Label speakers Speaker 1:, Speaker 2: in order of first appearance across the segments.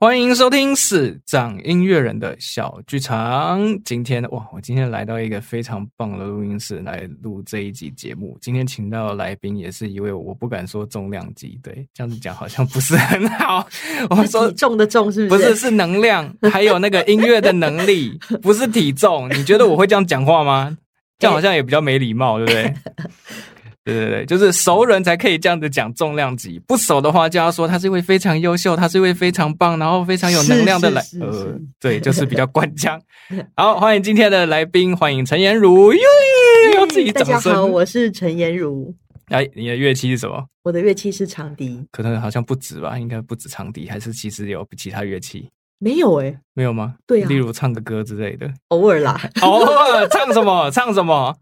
Speaker 1: 欢迎收听市长音乐人的小剧场。今天哇，我今天来到一个非常棒的录音室来录这一集节目。今天请到的来宾也是一位，我不敢说重量级，对，这样子讲好像不是很好。我说
Speaker 2: 体重的重是
Speaker 1: 不
Speaker 2: 是？
Speaker 1: 是，是能 量，还有那个音乐的能力，不是体重。你觉得我会这样讲话吗？这样好像也比较没礼貌，对 不对？对对对，就是熟人才可以这样子讲重量级，不熟的话就要说他是一位非常优秀，他是一位非常棒，然后非常有能量的来，
Speaker 2: 是是是
Speaker 1: 呃
Speaker 2: 是，
Speaker 1: 对，就是比较官 腔。好，欢迎今天的来宾，欢迎陈妍如，耶，要自己
Speaker 2: 嗯大
Speaker 1: 掌
Speaker 2: 家好，
Speaker 1: 声。
Speaker 2: 我是陈妍如，
Speaker 1: 哎，你的乐器是什么？
Speaker 2: 我的乐器是长笛，
Speaker 1: 可能好像不止吧，应该不止长笛，还是其实有其他乐器？
Speaker 2: 没有哎、
Speaker 1: 没有吗？
Speaker 2: 对啊
Speaker 1: 例如唱个歌之类的。
Speaker 2: 偶尔啦。
Speaker 1: 偶尔哦唱什么唱什么，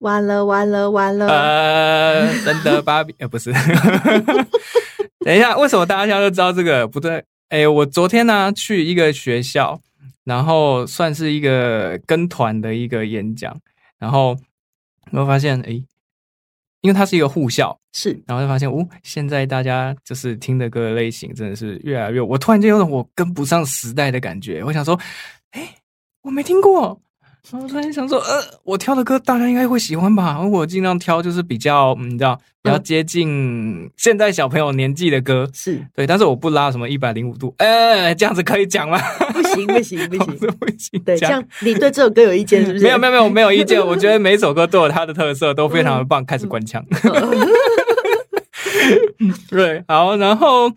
Speaker 2: 完了完了完了，
Speaker 1: 呃，真的芭比，呃，不是。 等一下，为什么大家现在都知道这个？不对，哎，我昨天呢、去一个学校，然后算是一个跟团的一个演讲，然后我会发现，哎，因为它是一个护校，
Speaker 2: 是
Speaker 1: 然后就发现，哦，现在大家就是听的歌类型真的是越来越，我突然间有种我跟不上时代的感觉。我想说，哎，我没听过。然后突然间想说，呃，我挑的歌大家应该会喜欢吧？我尽量挑就是比较，嗯你知道，比较接近现在小朋友年纪的歌。
Speaker 2: 是，
Speaker 1: 对，但是我不拉什么一百零五度，哎，这样子可以讲吗？
Speaker 2: 不行不行不
Speaker 1: 我说
Speaker 2: 行，
Speaker 1: 不行，
Speaker 2: 对，这样你对这首歌有意见是不是？
Speaker 1: 没有没有没有我没有意见，我觉得每首歌都有它的特色，都非常的棒。开始关腔，
Speaker 2: 嗯
Speaker 1: 对，好，然后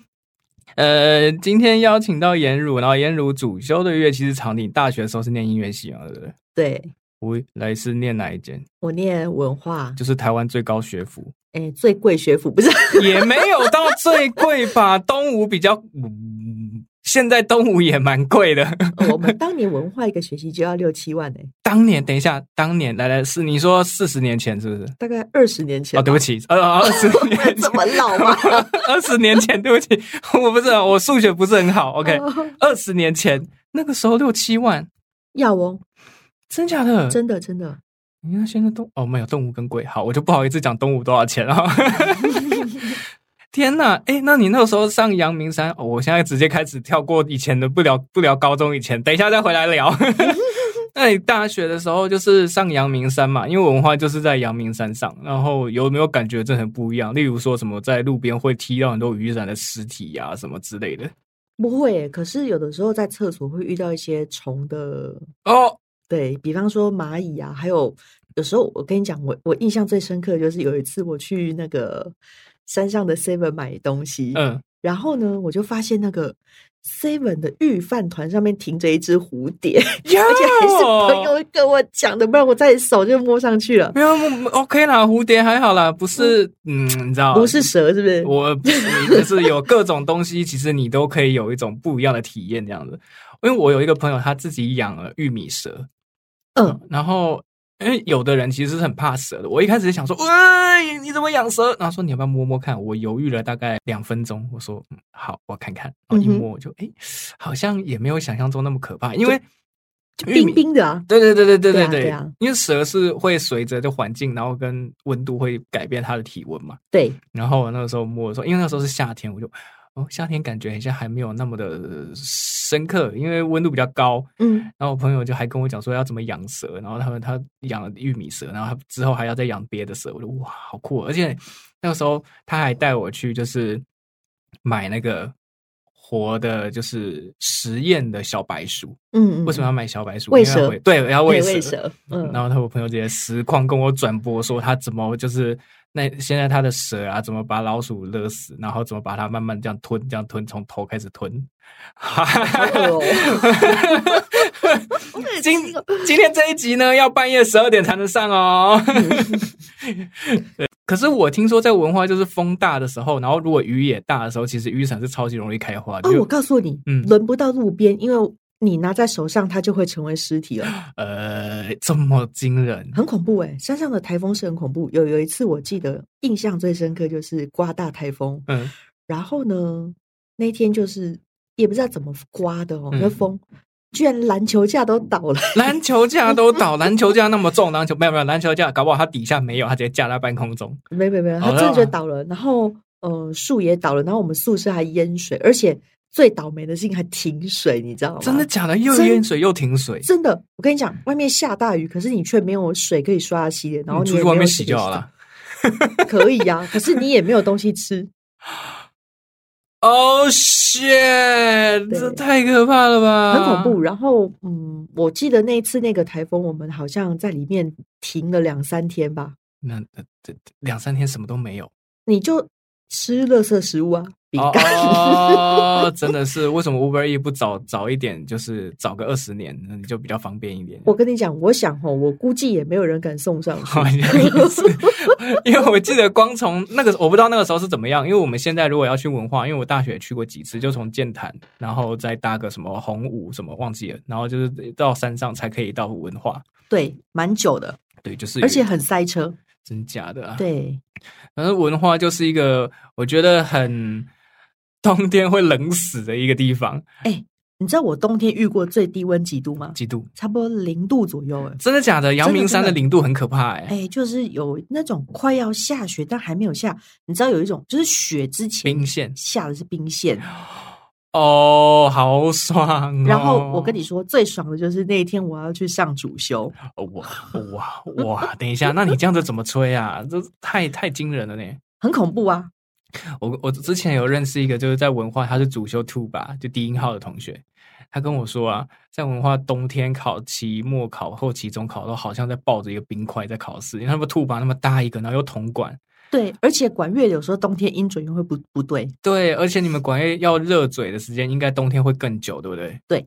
Speaker 1: 呃，今天邀请到颜如，然后颜如主修的乐器是长笛，大学的时候是念音乐系嘛，对不对？
Speaker 2: 对
Speaker 1: 我来是念哪一间？
Speaker 2: 我念文化，
Speaker 1: 就是台湾最高学 府，
Speaker 2: 哎、最贵学府不是？
Speaker 1: 也没有到最贵吧。东吴比较，嗯现在东吴也蛮贵的。
Speaker 2: 我们当年文化一个学期就要六七万哎、
Speaker 1: 当年，等一下，当年来来是你说四十年前是不是？
Speaker 2: 大概二十年前。
Speaker 1: 哦，对不
Speaker 2: 起，
Speaker 1: 起，呃，二十年前
Speaker 2: 这么老啊吗？
Speaker 1: 二十年前，对不起， 我不是我数学不是很好。OK，二
Speaker 2: 嗯
Speaker 1: 十年前那个时候六七万，
Speaker 2: 要哦，
Speaker 1: 真假的？
Speaker 2: 真的真的，
Speaker 1: 你看现在动哦，没有动物更贵。好，我就不好意思讲动物多少钱啊。 天呐，哎，那你那个时候上阳明山、哦，我现在直接开始跳过以前的，不聊不聊高中以前，等一下再回来聊。 那你大学的时候就是上阳明山嘛？因为文化就是在阳明山上，然后有没有感觉这很不一样？例如说什么在路边会踢到很多雨伞的尸体呀、什么之类的。
Speaker 2: 不会、欸。可是有的时候在厕所会遇到一些虫的
Speaker 1: 哦，
Speaker 2: 对比方说蚂蚁啊，还有有时候我跟你讲，我我印象最深刻的就是有一次我去那个山上的 Seven 买东西，
Speaker 1: 嗯，
Speaker 2: 然后呢，我就发现那个 Seven 的预饭团上面停着一只蝴蝶， 而且还是朋
Speaker 1: 哟
Speaker 2: 友跟我讲的，不然我在手就摸上去了，
Speaker 1: 哦没有嗯 OK 啦，蝴蝶还好啦，不是嗯，你知道
Speaker 2: 不是蛇是不是？
Speaker 1: 我你就是有各种东西，其实你都可以有一种不一样的体验这样子。因为我有一个朋友，他自己养了玉米蛇，
Speaker 2: 嗯，
Speaker 1: 然后因为有的人其实是很怕蛇的。我一开始想说，喂，你怎么养蛇？然后说你要不要摸摸看？我犹豫了大概两分钟，我说、嗯、好，我看看。然后一
Speaker 2: 嗯哼
Speaker 1: 摸我就哎、诶好像也没有想象中那么可怕，因为
Speaker 2: 就
Speaker 1: 玉
Speaker 2: 冰
Speaker 1: 米
Speaker 2: 冰的啊，
Speaker 1: 对对对对对
Speaker 2: 对
Speaker 1: 对
Speaker 2: 啊对啊
Speaker 1: 因为蛇是会随着这环境，然后跟温度会改变它的体温嘛。
Speaker 2: 对，
Speaker 1: 然后我那个时候摸的时候，因为那时候是夏天，我就哦，夏天感觉好像还没有那么的呃深刻，因为温度比较高。
Speaker 2: 嗯，
Speaker 1: 然后我朋友就还跟我讲说要怎么养蛇，然后他们他养了玉米蛇，然后他之后还要再养别的蛇，我就哇，好酷哦！而且那个时候他还带我去就是买那个活的，就是实验的小白鼠。
Speaker 2: 嗯嗯，
Speaker 1: 为什么要买小白鼠？
Speaker 2: 喂
Speaker 1: 因为要
Speaker 2: 蛇
Speaker 1: 喂对，要喂
Speaker 2: 对
Speaker 1: 蛇。
Speaker 2: 喂蛇？嗯，
Speaker 1: 然后他我朋友直接实况跟我转播说他怎么就是那现在他的蛇啊，怎么把老鼠勒死，然后怎么把它慢慢这样吞，这样吞，从头开始 吞。
Speaker 2: 饿哦
Speaker 1: 今今天这一集呢，要半夜十二点才能上哦。 对可是我听说在文化就是风大的时候，然后如果雨也大的时候，其实雨伞是超级容易开花。
Speaker 2: 哦，
Speaker 1: 就
Speaker 2: 我告诉你
Speaker 1: 嗯，
Speaker 2: 轮不到路边，因为你拿在手上，它就会成为尸体了，
Speaker 1: 呃，这么惊人，
Speaker 2: 很恐怖哎、山上的台风是很恐怖。有有一次我记得印象最深刻就是刮大台风，
Speaker 1: 嗯，
Speaker 2: 然后呢，那天就是也不知道怎么刮的哦，那
Speaker 1: 嗯
Speaker 2: 风居然篮球架都倒了，
Speaker 1: 篮球架都倒，篮球架那么重，篮球没有没有篮球架，搞不好它底下没有，它直接架在半空中。
Speaker 2: 没没没，
Speaker 1: 好
Speaker 2: 它真的就
Speaker 1: 了
Speaker 2: 倒了，然后呃树也倒了，然后我们宿舍还淹水，而且最倒霉的事情还停水，你知道吗？
Speaker 1: 真的假的？又
Speaker 2: 真
Speaker 1: 淹水又停水，
Speaker 2: 真的，我跟你讲，外面下大雨，可是你却没有水可以刷牙洗脸，然后
Speaker 1: 你
Speaker 2: 你
Speaker 1: 出去
Speaker 2: 也没
Speaker 1: 外
Speaker 2: 有
Speaker 1: 面
Speaker 2: 水
Speaker 1: 洗就
Speaker 2: 可以
Speaker 1: 好了。
Speaker 2: 可以呀、可是你也没有东 西吃。
Speaker 1: Oh shit！
Speaker 2: 对
Speaker 1: 这太可怕了吧？
Speaker 2: 很恐怖。然后，嗯，我记得那一次那个台风，我们好像在里面停了两三天吧。
Speaker 1: 那那这这两三天什么都没有，
Speaker 2: 你就吃垃圾食物啊，饼
Speaker 1: 哦
Speaker 2: 干。
Speaker 1: 哦，真的是为什么 Uber E 不早早一点，就是早个二十年，那你就比较方便一点。
Speaker 2: 我跟你讲，我想哦，我估计也没有人敢送 上去
Speaker 1: 好。像也是， 因为我记得光从那个我不知道那个时候是怎么样，因为我们现在如果要去文化，因为我大学去过几次，就从剑潭，然后再搭个什么红武什么忘记了，然后就是到山上才可以到文化。
Speaker 2: 对，蛮久的，
Speaker 1: 对，就是
Speaker 2: 而且很塞车。
Speaker 1: 真假的啊。
Speaker 2: 对，
Speaker 1: 反正文化就是一个我觉得很 冬天会冷死的一个地方，
Speaker 2: 你知道我冬天遇过最低温几度吗？
Speaker 1: 几度？
Speaker 2: 差不多零度左右。哎，
Speaker 1: 真的假的？阳明山的
Speaker 2: 真的
Speaker 1: 零度很可怕哎、
Speaker 2: 哎，就是有那种快要下雪，但还没有下。你知道有一种，就是雪之前
Speaker 1: 冰线
Speaker 2: 下的是冰线，
Speaker 1: 哦，好爽、哦！
Speaker 2: 哎然后我跟你说，最爽的就是那一天我要去上主修，
Speaker 1: 哦哇哇哇！等一下，那你这样子怎么吹啊？这太太惊人了呢！
Speaker 2: 很恐怖啊！
Speaker 1: 我我之前有认识一个，就是在文化，他是主修 two 吧，就低音号的同学，他跟我说啊，在文化冬天考、期末考或期中考都好像在抱着一个冰块在考试，因为他们 two 吧那么大一个，然后又铜管，
Speaker 2: 对，而且管乐有时候冬天音准又会不不对，
Speaker 1: 对，而且你们管乐要热嘴的时间，应该冬天会更久，对不对？
Speaker 2: 对，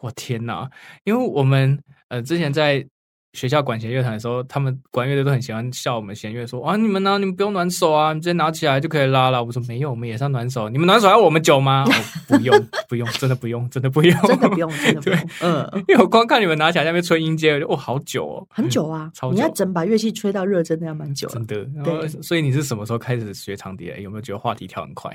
Speaker 1: 我天哪！因为我们呃之前在学校管弦乐团的时候，他们管乐队都很喜欢笑我们弦乐，说啊你们呢、你们不用暖手啊，你直接拿起来就可以拉了。我说没有，我们也是要暖手，你们暖手要我们久吗？哦我不 用，不用，真的不用，真的不用，
Speaker 2: 真的 不。用，真的不用，嗯，
Speaker 1: 因为我光看你们拿起来在那边吹音阶，我就哦好久哦，
Speaker 2: 很久 啊
Speaker 1: 超，久
Speaker 2: 你要整把乐器吹到热，真的要蛮久了
Speaker 1: 真。的。然后
Speaker 2: 对
Speaker 1: 所以你是什么时候开始学长笛的？有没有觉得话题跳很快？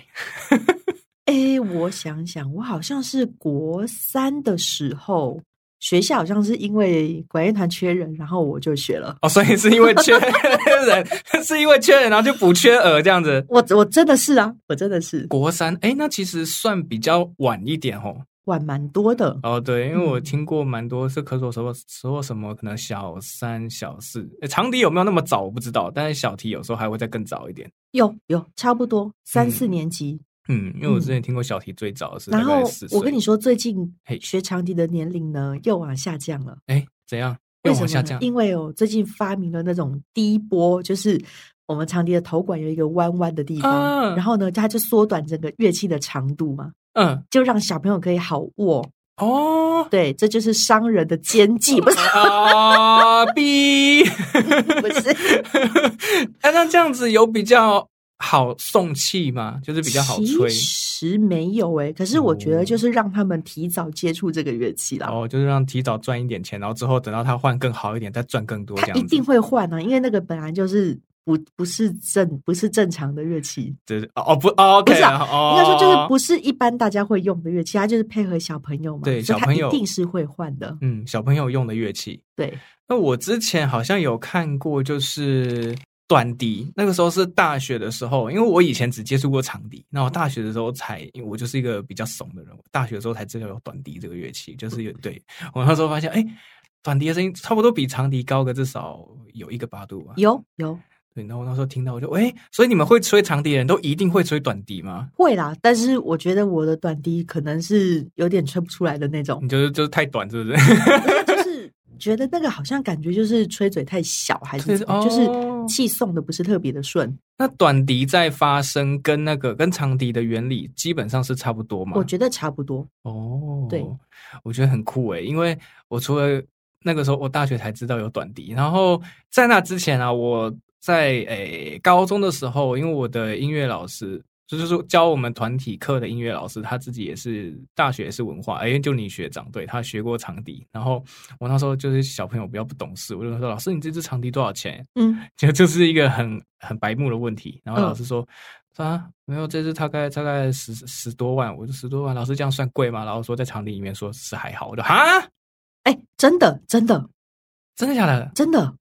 Speaker 2: 哎，我想想，我好像是国三的时候，学校好像是因为管乐团缺人，然后我就学了。
Speaker 1: 哦，所以是因为缺人， 是因为缺人，然后就补缺额这样子。
Speaker 2: 我我真的是啊，我真的是
Speaker 1: 国三，哎，那其实算比较晚一点哦。
Speaker 2: 管蛮多的，
Speaker 1: 哦，对，因为我
Speaker 2: 嗯
Speaker 1: 听过蛮多是可手什么说什么，可能小三、小四，诶长笛有没有那么早我不知道，但是小提有时候还会再更早一点。
Speaker 2: 有有差不多三四
Speaker 1: 嗯
Speaker 2: 年级。
Speaker 1: 嗯，因为我之前听过小提最早是大
Speaker 2: 然后
Speaker 1: 概四岁。
Speaker 2: 我跟你，说，最近
Speaker 1: 嘿
Speaker 2: 学长笛的年龄呢又往下降了。
Speaker 1: 哎，怎样？又
Speaker 2: 为
Speaker 1: 往
Speaker 2: 什么
Speaker 1: 下
Speaker 2: 呢？
Speaker 1: 降？
Speaker 2: 因为哦，最近发明了那种低波，就是我们长笛的头管有一个弯弯的地方，
Speaker 1: 啊
Speaker 2: 然后呢，它就缩短整个乐器的长度嘛，
Speaker 1: 嗯，
Speaker 2: 就让小朋友可以好握。
Speaker 1: 哦，
Speaker 2: 对，这就是商人的奸计，不是
Speaker 1: 啊， 逼。
Speaker 2: 不是？
Speaker 1: 哎，那这样子有比较好送气吗？就是 比较好吹
Speaker 2: 其。实没有诶、可是我觉
Speaker 1: 哦
Speaker 2: 得就是让他们提早接触这个乐器啦。
Speaker 1: 然后哦就是让提早赚一点钱，然后之后等到他换更好一点，再赚更多这
Speaker 2: 他
Speaker 1: 样
Speaker 2: 一
Speaker 1: 子。
Speaker 2: 定会换啊，因为那个本来就是不不是正不是正常的乐器，
Speaker 1: 就是哦不哦 OK，
Speaker 2: 不是啊
Speaker 1: 哦
Speaker 2: 应该说就是不是一般大家会用的乐器，它就是配合小朋友嘛，
Speaker 1: 对
Speaker 2: 所
Speaker 1: 小
Speaker 2: 以它
Speaker 1: 朋友
Speaker 2: 一定是会换的。
Speaker 1: 嗯小朋友用的乐器。
Speaker 2: 对，
Speaker 1: 那我之前好像有看过，就是短笛，那个时候是大学的时候，因为我以前只接触过长笛，那我大学的时候才，因为我就是一个比较怂的人，我大学的时候才知道有短笛这个乐器，就是有对我那时候发现，哎，短笛的声音差不多比长笛高个至少有一个八度吧。
Speaker 2: 有有
Speaker 1: 对，然后我那时候听到我就，哎，所以你们会吹长笛的人都一定会吹短笛吗？
Speaker 2: 会啦，但是我觉得我的短笛可能是有点吹不出来的那种
Speaker 1: 你，就是就是太短，是不是？
Speaker 2: 就是觉得那个好像感觉就是吹嘴太小，还
Speaker 1: 对
Speaker 2: 是怎么样，就
Speaker 1: 哦
Speaker 2: 是气送的不是特别的顺。
Speaker 1: 那短笛在发声跟那个跟长笛的原理基本上是差不多嘛？
Speaker 2: 我觉得差不多。
Speaker 1: 哦，
Speaker 2: 对，
Speaker 1: 我觉得很酷诶，因为我除了那个时候我大学才知道有短笛，然后在那之前啊，我在诶、高中的时候，因为我的音乐老师。就是说，教我们团体课的音乐老师，他自己也是大学也是文化，哎、就你学长，对他学过长笛。然后我那时候就是小朋友比较不懂事，我就说：“老师，你这支长笛多少钱？”
Speaker 2: 嗯，
Speaker 1: 就就是一个很很白目的问题。然后
Speaker 2: 嗯
Speaker 1: 老师说、啊，没有，这次大概大概十十多万，我就十多万，老师这样算贵吗？然后说在场地里面说是还好，我就哈，
Speaker 2: 哎，真的，真的，
Speaker 1: 真的假的？
Speaker 2: 真的，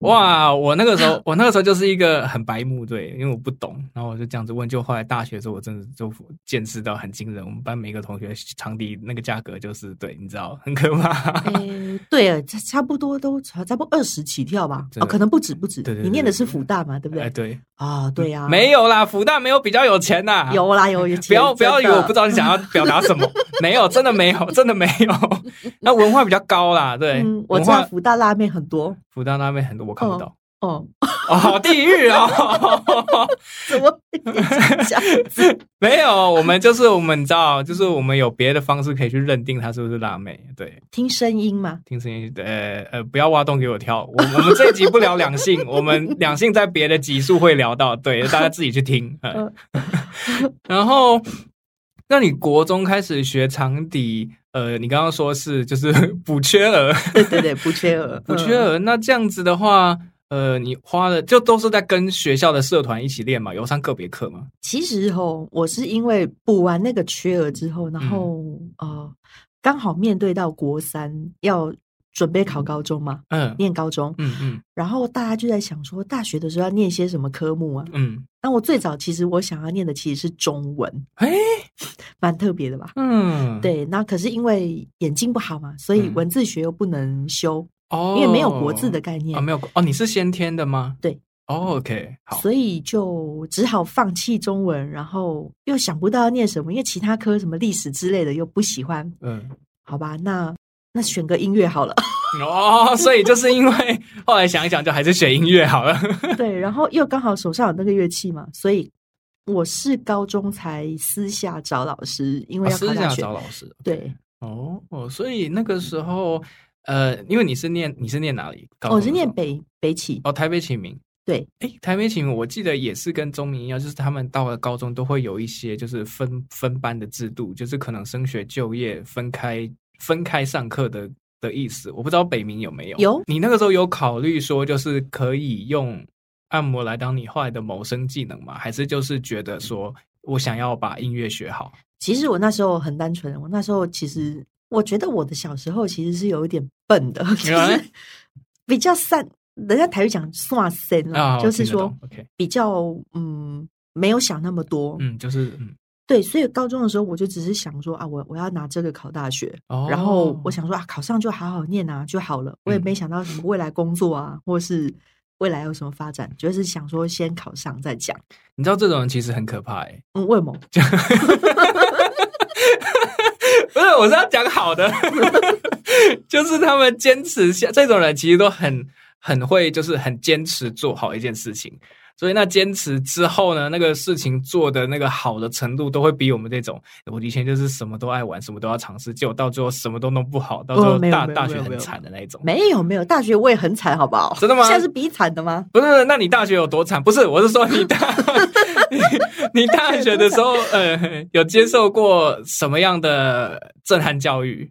Speaker 1: 哇，我那个时候，我那个时候就是一个很白目，对，因为我不懂，然后我就这样子问。就后来大学的时候，我真的就见识到很惊人，我们班每个同学长笛那个价格就是对，你知道，很可怕。
Speaker 2: 诶，嗯对，差差不多都差差不多二十起跳吧，
Speaker 1: 真
Speaker 2: 哦，
Speaker 1: 的
Speaker 2: 可能不止不止。
Speaker 1: 对对对
Speaker 2: 你念的
Speaker 1: 对
Speaker 2: 是福大嘛，对不
Speaker 1: 哎，
Speaker 2: 对？
Speaker 1: 对，
Speaker 2: 啊，对呀，
Speaker 1: 没有啦，福大没有比较有钱呐、。
Speaker 2: 有啦有有，
Speaker 1: 不要不要以为我不知哎
Speaker 2: 道。
Speaker 1: 道你想要表达 什么，没有，真的没有，真的没有。 那文化比较高啦，对，
Speaker 2: 嗯，我
Speaker 1: 文
Speaker 2: 知道
Speaker 1: 化
Speaker 2: 福大辣妹很多
Speaker 1: 福大那边很多我看不到，
Speaker 2: 哦，
Speaker 1: 哦，好地狱哦。
Speaker 2: 怎么会变成这样子？
Speaker 1: 没有，我们就是我们，你知道，就是我们有别的方式可以去认定她是不是辣妹。对，
Speaker 2: 听声音嘛，
Speaker 1: 听声音，呃呃，不要挖洞给我跳。我我们这一集不聊两 性，我们两性在别的集数会聊到，对，大家自己去 听。嗯、 然后，那你国中开始学长笛，呃，你刚刚说是就是补缺额，
Speaker 2: 对对对，不 缺额，嗯
Speaker 1: 补缺额。那这样子的话，呃，你花了就都是在跟学校的社团一起练嘛，有上个别课嘛？
Speaker 2: 其实吼，我是因为补完那个缺额之后，然
Speaker 1: 嗯
Speaker 2: 后、呃，刚好面对到国三要准备考高中嘛，
Speaker 1: 嗯
Speaker 2: 念高中，
Speaker 1: 嗯嗯
Speaker 2: 然后大家就在想说，大学的时候要念些什么科目啊？
Speaker 1: 嗯，
Speaker 2: 那我最早其实我想要念的其实是中文，
Speaker 1: 哎、
Speaker 2: 蛮特别的吧？
Speaker 1: 嗯，，
Speaker 2: 对，那可是因为眼睛不好嘛，所以
Speaker 1: 嗯
Speaker 2: 文字学又不能修，
Speaker 1: 哦，
Speaker 2: 因为没有国字的概念，
Speaker 1: 啊、没有国哦，你是先天的吗？
Speaker 2: 对。
Speaker 1: 哦、OK，好，
Speaker 2: 所以就只好放弃中文，然后又想不到要念什么，因为其他科什么历史之类的又不喜欢，
Speaker 1: 嗯，
Speaker 2: 好吧，那那选个音乐好了。
Speaker 1: 哦，所以就是因为后来想一想，就还是学音乐好了。
Speaker 2: 对，然后又刚好手上有那个乐器嘛，所以我是高中才私下找老师，因为要考
Speaker 1: 哦私
Speaker 2: 大
Speaker 1: 下
Speaker 2: 学。
Speaker 1: 找老师。
Speaker 2: 对，
Speaker 1: 哦哦，所以那个时候，呃，因为你是念你是念哪里？高中
Speaker 2: 哦我
Speaker 1: 的
Speaker 2: 是念
Speaker 1: 时候
Speaker 2: 北北起，
Speaker 1: 哦，台北启明。
Speaker 2: 对，
Speaker 1: 诶，台北启明，我记得也是跟中明一样，就是他们到了高中都会有一些就是分分班的制度，就是可能升学、就业分开分开上课的的意思。我不知道北明有没有？
Speaker 2: 有
Speaker 1: 你那个时候有考虑说，就是可以用按摩来当你后来的谋生技能吗？还是就是觉得说我想要把音乐学好？
Speaker 2: 其
Speaker 1: 嗯
Speaker 2: 实我那时候很单纯，我那时候其实我觉得我的小时候其实是有一点笨的， 就
Speaker 1: 原
Speaker 2: 是
Speaker 1: 来
Speaker 2: 比较散。人家台语讲“算身”
Speaker 1: 啊
Speaker 2: 啦，
Speaker 1: 我
Speaker 2: 嗯就是
Speaker 1: 听得
Speaker 2: 说
Speaker 1: 懂，OK
Speaker 2: 比较嗯没有想那么多。
Speaker 1: 嗯，就是嗯，
Speaker 2: 对，所以高中的时候我就只是想说啊，我我要拿这个考大学，
Speaker 1: 哦，
Speaker 2: 然后我想说啊，考上就好好念啊就好了。我也没
Speaker 1: 嗯
Speaker 2: 想到什么未来工作啊，或是未来有什么发展，就是想说先考上再讲。
Speaker 1: 你知道这种人其实很可怕诶。欸
Speaker 2: 嗯，为什么？
Speaker 1: 不是，我是要讲好 的，就是他们坚持下，这种人其实都很很会，就是很坚持做好一件事情。所以那坚持之后呢，那个事情做的那个好的程度，都会比我们这种我以前就是什么都爱玩，什么都要尝试，结果到最后什么都弄不好，到最后
Speaker 2: 哦没有
Speaker 1: 大、
Speaker 2: 没有
Speaker 1: 大
Speaker 2: 没
Speaker 1: 学
Speaker 2: 有没
Speaker 1: 很
Speaker 2: 有
Speaker 1: 惨的那一种。
Speaker 2: 没有没有，大学我也很惨，好不好？
Speaker 1: 真的吗
Speaker 2: 现在是比惨的吗？
Speaker 1: 不是，不是那你大学有多惨？不是，我是说你 大你你大学的时候，呃，有接受过什么样的震撼教育？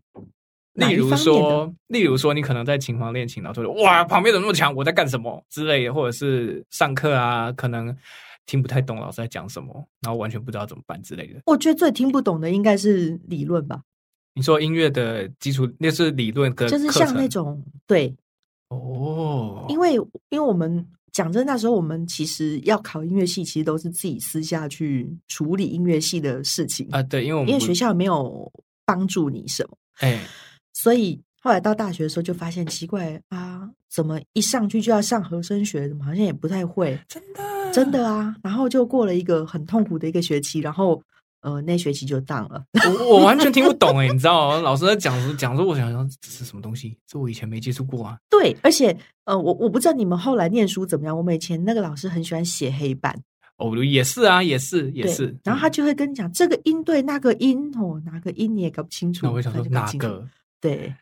Speaker 2: 哪
Speaker 1: 例
Speaker 2: 一
Speaker 1: 如
Speaker 2: 方面的
Speaker 1: 说，例如说，你可能在琴房练琴，然后说哇，旁边怎么那么强？我在干什么之类的，或者是上课啊，可能听不太懂老师在讲什么，然后完全不知道怎么办之类的。
Speaker 2: 我觉得最听不懂的应该是理论吧，
Speaker 1: 你说音乐的基础，那是理论跟
Speaker 2: 就是
Speaker 1: 呃课
Speaker 2: 像
Speaker 1: 程
Speaker 2: 那种对，
Speaker 1: 哦，
Speaker 2: 因为因为我们讲真，那时候我们其实要考音乐系，其实都是自己私下去处理音乐系的事情，
Speaker 1: 啊、对，因为我们
Speaker 2: 因为
Speaker 1: 不
Speaker 2: 学校没有帮助你什么。
Speaker 1: 哎
Speaker 2: 所以后来到大学的时候就发现奇怪啊，怎么一上去就要上和声学，怎么好像也不太会，
Speaker 1: 真的
Speaker 2: 真的啊。然后就过了一个很痛苦的一个学期，然后呃那学期就当了。
Speaker 1: 我我完全听不懂哎，你知道、老师在讲说讲说，我想想这是什么东西，这我以前没接触过啊。
Speaker 2: 对，而且呃我我不知道你们后来念书怎么样，我们以前那个老师很喜欢写黑板，
Speaker 1: 哦，也是啊，也是也
Speaker 2: 对
Speaker 1: 是。
Speaker 2: 然后他
Speaker 1: 嗯
Speaker 2: 就会跟你讲这个音对那个音哦，哪个音你也搞不清楚，
Speaker 1: 那我就想
Speaker 2: 他
Speaker 1: 说
Speaker 2: 就搞不
Speaker 1: 哪
Speaker 2: 清楚
Speaker 1: 个？
Speaker 2: 对。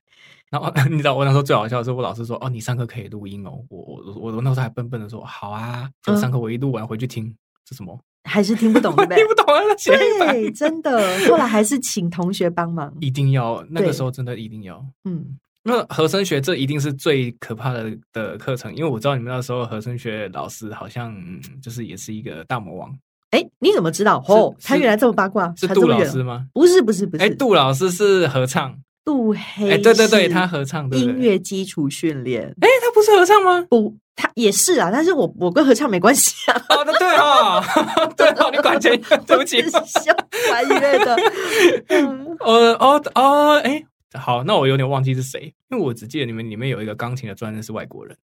Speaker 1: 然后 你知道我那时候最好笑的是，我老师说哦，你上课可以录音哦。我我我我那时候还笨笨的说好啊，就上课
Speaker 2: 嗯
Speaker 1: 我一录完回去听，这什么？
Speaker 2: 还是听不懂，对
Speaker 1: 我
Speaker 2: 不对
Speaker 1: 听不？懂啊，那写黑板
Speaker 2: 对，真的。后来还是请同学帮忙。
Speaker 1: 一定要那个
Speaker 2: 对
Speaker 1: 时候真的一定要。
Speaker 2: 嗯，
Speaker 1: 那和声学这一定是最可怕的的课程，因为我知道你们那时候和声学老师好像、嗯就是也是一个大魔王，
Speaker 2: 哎，你怎么知道？哦，
Speaker 1: 是
Speaker 2: 他原来这么八卦，
Speaker 1: 是
Speaker 2: 传这
Speaker 1: 杜
Speaker 2: 么
Speaker 1: 老
Speaker 2: 远
Speaker 1: 师吗？
Speaker 2: 不是不是不是，
Speaker 1: 哎，杜老师是合唱，
Speaker 2: 杜黑，
Speaker 1: 哎，对对对，他合唱，对不
Speaker 2: 音
Speaker 1: 对？
Speaker 2: 乐基础训练，
Speaker 1: 哎，他不是合唱吗？
Speaker 2: 不，他也是啊，但是我我跟合唱没关系啊，
Speaker 1: 哦，那对哦， 对哦，你管钱，对不起
Speaker 2: 我只，是喜欢乐 的。嗯
Speaker 1: 呃，哦哦，哎，好，那我有点忘记是谁，因为我只记得你们里面有一个钢琴的专任是外国人，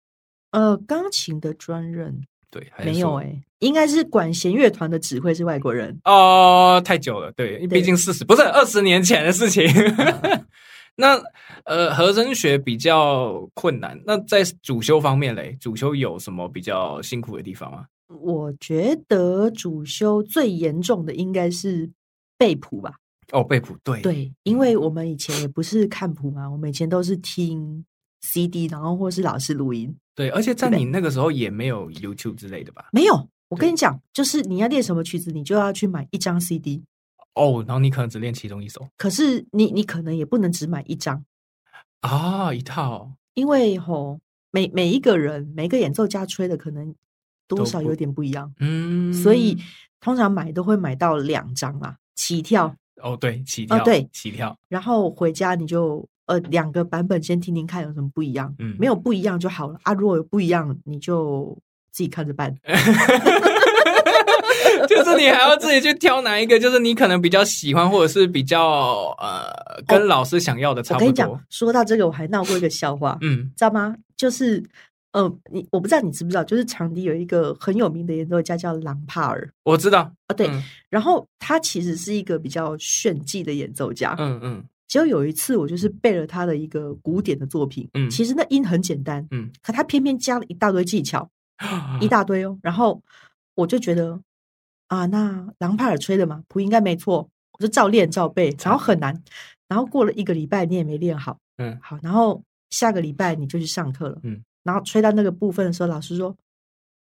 Speaker 2: 呃，钢琴的专任
Speaker 1: 对，还是
Speaker 2: 没有
Speaker 1: 说
Speaker 2: 哎、应该是管弦乐团的指挥是外国人。
Speaker 1: 哦，太久了，对，
Speaker 2: 对啊
Speaker 1: 毕竟四十不是二十年前的事情。 那呃，和声学比较困难。那在主修方面嘞，主修有什么比较辛苦的地方吗？
Speaker 2: 我觉得主修最严重的应该是背谱吧？
Speaker 1: 哦，背谱，对，
Speaker 2: 对，因
Speaker 1: 嗯
Speaker 2: 为我们以前也不是看谱嘛，我们以前都是听 CD，然后或是老师录音。
Speaker 1: 对而且在
Speaker 2: 对
Speaker 1: 你那个时候也没有 YouTube 之类的吧？
Speaker 2: 没有，我跟
Speaker 1: 对
Speaker 2: 你讲，就是你要练什么曲子，你就要去买一张 CD。
Speaker 1: 哦，然后你可能只练其中一首
Speaker 2: 可是你你可能也不能只买一张，
Speaker 1: 啊、一套
Speaker 2: 因为吼每每一个人每个演奏家吹的可能多
Speaker 1: 都
Speaker 2: 少
Speaker 1: 不
Speaker 2: 有点不一样，
Speaker 1: 嗯，
Speaker 2: 所以通常买都会买到两张啦，起跳。
Speaker 1: 哦，对，起跳，
Speaker 2: 对
Speaker 1: 起跳，
Speaker 2: 然后回家你就呃两个版本先听听看有什么不一样，
Speaker 1: 嗯
Speaker 2: 没有不一样就好了啊。如果有不一样，你就自己看着办。
Speaker 1: 哎就是你还要自己去挑哪一个，就是你可能比较喜欢，或者是比较呃跟老师想要的差
Speaker 2: 哦我
Speaker 1: 不
Speaker 2: 跟你
Speaker 1: 多。
Speaker 2: 讲，说到这个，我还闹过一个笑话，
Speaker 1: 嗯，
Speaker 2: 知道吗？就是呃，你我不知道你知不知道，就是长笛有一个很有名的演奏家叫朗帕尔
Speaker 1: 我知道。
Speaker 2: 啊，对，
Speaker 1: 嗯
Speaker 2: 然后他其实是一个比较炫技的演奏家。
Speaker 1: 嗯嗯
Speaker 2: 结果有一次，我就是背了他的一个古典的作品，
Speaker 1: 嗯
Speaker 2: 其实那音很简单，
Speaker 1: 嗯
Speaker 2: 可他偏偏加了一大堆技巧，一大堆哦。然后我就觉得啊，那朗帕尔吹的嘛，谱应该没错，我就照练照背，然后很难。然后过了一个礼拜，你也没练好，
Speaker 1: 嗯，
Speaker 2: 好，然后下个礼拜你就去上课了，
Speaker 1: 嗯，
Speaker 2: 然后吹到那个部分的时候，老师说：“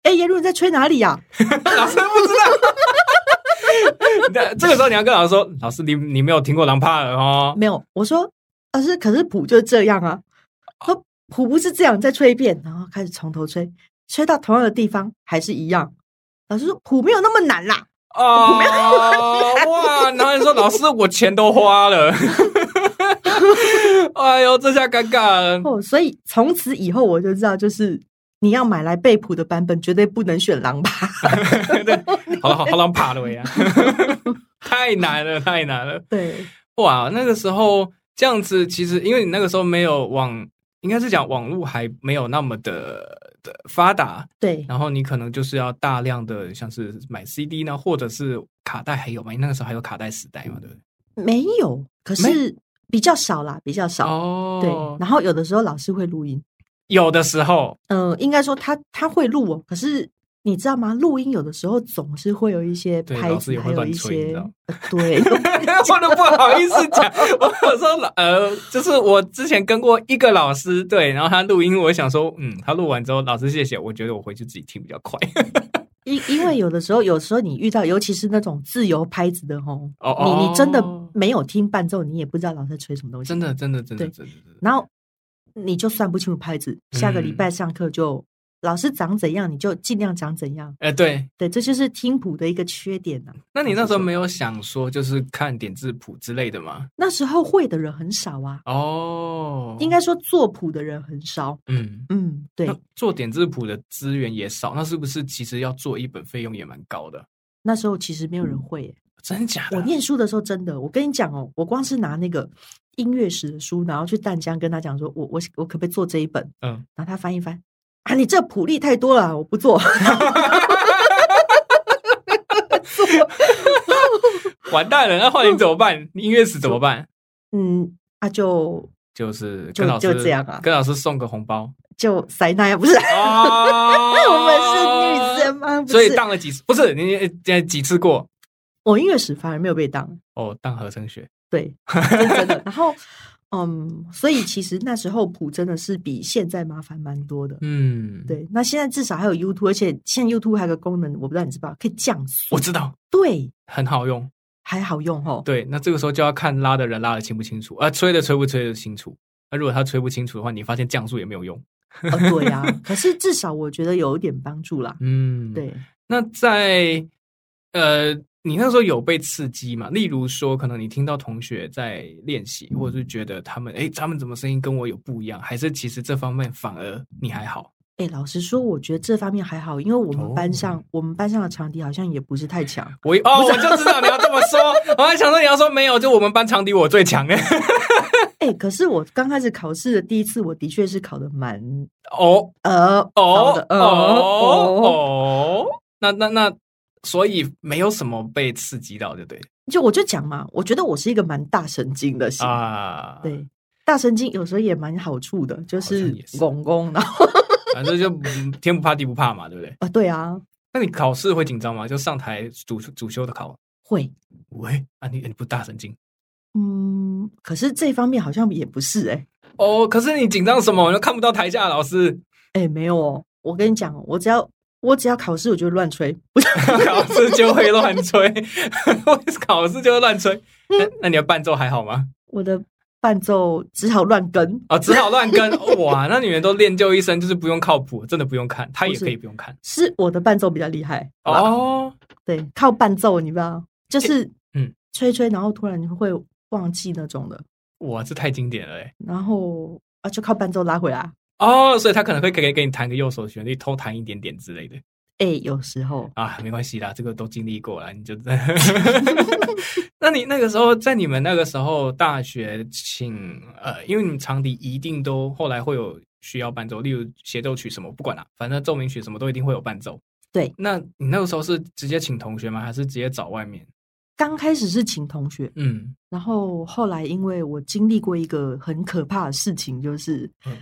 Speaker 2: 哎，耶鲁你在吹哪里呀、
Speaker 1: 老师不知道。 那这个时候你要跟老师说，老师你你没有听过狼帕尔哦，
Speaker 2: 没有，我说老师，可是谱就是这样啊。说谱不是这样，再吹一遍，然后开始从头吹，吹到同样的地方还是一样。老师说谱没有那么难啦，
Speaker 1: 哦， 哇！然后你说老师我钱都花了， 哎呦这下尴尬了。
Speaker 2: 哦，所以从此以后我就知道，就是你要买来背谱的版本，绝对不能选狼吧。
Speaker 1: 对， 好好好狼帕了呀，太难了太难了。
Speaker 2: 对，
Speaker 1: 哇，那个时候这样子，其实因为你那个时候没有网，应该是讲网络还没有那么的的发达，
Speaker 2: 对，
Speaker 1: 然后你可能就是要大量的像是买 CD 呢，或者是卡带，还有吗？你那个时候还有卡带时代嘛，对不对？
Speaker 2: 没有，可是比较少啦，比较少。
Speaker 1: 哦
Speaker 2: 对，，然后有的时候老师会录音，
Speaker 1: 有的时候
Speaker 2: 呃，应该说他他会录哦，可是你知道吗？录音有的时候总是会有一些
Speaker 1: 对
Speaker 2: 拍
Speaker 1: 老师
Speaker 2: 子，
Speaker 1: 也会
Speaker 2: 还有
Speaker 1: 乱
Speaker 2: 一
Speaker 1: 吹你知
Speaker 2: 些
Speaker 1: 道吗
Speaker 2: 呃对
Speaker 1: 我都不好意思讲，我有时候老呃，就是我之前跟过一个老师，对，然后他录音，我想说，嗯，他录完之后，老师谢谢，我觉得我回去自己听比较快。
Speaker 2: 因因为有的时候，有时候你遇到，尤其是那种自由拍子的吼，
Speaker 1: 哦
Speaker 2: 你你真的
Speaker 1: 哦
Speaker 2: 没有听伴奏，你也不知道老师在吹什么东西，
Speaker 1: 真。的，真的，真的，
Speaker 2: 对
Speaker 1: 真的，真的
Speaker 2: 然后你就算不清楚拍子，下个礼
Speaker 1: 嗯
Speaker 2: 拜上课就、老师长怎样，你就尽量长怎样。
Speaker 1: 呃，对，
Speaker 2: 对，这就是听谱的一个缺点呐、
Speaker 1: 那你那时候没有想说就是看点字谱之类的吗？
Speaker 2: 那时候会的人很少啊，
Speaker 1: 哦，
Speaker 2: 应该说做谱的人很少。
Speaker 1: 嗯，
Speaker 2: 嗯，对
Speaker 1: 那，做点字谱的资源也少，那是不是其实要做一本费用也蛮高的？
Speaker 2: 那时候其实没有人
Speaker 1: 嗯
Speaker 2: 会耶、
Speaker 1: 真假的？
Speaker 2: 我念书的时候真的，我跟你讲哦，我光是拿那个音乐史的书，然后去淡江跟他讲说，我我我可不可以做这一本？
Speaker 1: 嗯，
Speaker 2: 然后他翻一翻，啊，你这谱例太多了，我不做。
Speaker 1: 完蛋了，那换你怎么办？ 你音乐史怎么办？
Speaker 2: 嗯，啊就
Speaker 1: 就是
Speaker 2: 就
Speaker 1: 跟老师
Speaker 2: 就这样啊
Speaker 1: 跟老师送个红包
Speaker 2: 就塞那呀，不是？
Speaker 1: 啊
Speaker 2: 我们是女生，吗？不
Speaker 1: 哦所以
Speaker 2: 是
Speaker 1: 当了几次？不是你你几次过？
Speaker 2: 我音乐史反而没有被当，
Speaker 1: 哦，当合成学
Speaker 2: 对，这是真的。然后，嗯，所以其实那时候谱真的是比现在麻烦蛮多的。
Speaker 1: 嗯，，
Speaker 2: 对，那现在至少还有 YouTube，而且现在 YouTube 还有个功能，我不知道你知不知道，可以降速
Speaker 1: 我。知道，
Speaker 2: 对，
Speaker 1: 很好用。
Speaker 2: 还好用哦。
Speaker 1: 对，那这个时候就要看拉的人拉的清不清楚，啊，吹的吹不吹的清楚。那如果他吹不清楚的话，你发现降速也没有用。
Speaker 2: 哦，对呀、啊。可是至少我觉得有一点帮助啦。
Speaker 1: 嗯，。
Speaker 2: 对，
Speaker 1: 那在呃，你那时候有被刺激嘛？例如说，可能你听到同学在练习，或者是觉得他们，诶，他们怎么声音跟我有不一样？还是其实这方面反而你还好？
Speaker 2: 哎，老实说，我觉得这方面还好，因为我们班
Speaker 1: 哦
Speaker 2: 上、我们班上的长笛好像也不是太强。
Speaker 1: 我哦，我就知道你要这么说，我还想说你要说没有，就我们班长笛我最强 哎。
Speaker 2: 哎，可是我刚开始考试的第一次，我的确是考的蛮
Speaker 1: 哦
Speaker 2: 呃
Speaker 1: 哦
Speaker 2: 高的
Speaker 1: 哦
Speaker 2: 呃哦，
Speaker 1: 哦，那那那，所以没有什么被刺激到，就对
Speaker 2: 就我就讲嘛，我觉得我是一个蛮大神经的型，
Speaker 1: 啊，，
Speaker 2: 对。大神经有时候也蛮好处的，就
Speaker 1: 好像
Speaker 2: 是
Speaker 1: 也是
Speaker 2: 拱拱，然后？
Speaker 1: 反正就嗯天不怕地不怕嘛，对不对
Speaker 2: 啊，对啊，
Speaker 1: 那你考试会紧张吗？就上台主主修的考，
Speaker 2: 会，
Speaker 1: 喂啊，你你不大神经
Speaker 2: 嗯，可是这方面好像也不是哎、
Speaker 1: 哦？可是你紧张什么？我又看不到台下的老师，
Speaker 2: 哎、没有哦，我跟你讲哦，我只要我只要考试，我就乱吹，不是
Speaker 1: 考试就会乱吹， 考试就会乱吹。那那你的伴奏还好吗？
Speaker 2: 我的伴奏只好乱跟，
Speaker 1: 哦，只好乱跟。哇，那你们都练就一身，就是不用靠谱，真的不用看，他也
Speaker 2: 不是
Speaker 1: 可以不用看。
Speaker 2: 是我的伴奏比较厉害，
Speaker 1: 哦，
Speaker 2: 对，靠伴奏，你知道，就是
Speaker 1: 嗯，
Speaker 2: 吹吹，然后突然会忘记那种的，
Speaker 1: 哇，这太经典了哎。
Speaker 2: 然后啊，就靠伴奏拉回来。
Speaker 1: 哦，所以他可能会给给你弹个右手旋律，偷弹一点点之类的
Speaker 2: 哎、有时候
Speaker 1: 啊，没关系啦，这个都经历过了，你就。 那你那个时候在你们那个时候大学请呃，因为你们长笛一定都后来会有需要伴奏，例如协奏曲什么不管啦、反正奏鸣曲什么都一定会有伴奏。
Speaker 2: 对，
Speaker 1: 那你那个时候是直接请同学吗？还是直接找外面？
Speaker 2: 刚开始是请同学，
Speaker 1: 嗯，
Speaker 2: 然后后来因为我经历过一个很可怕的事情，就是
Speaker 1: 嗯。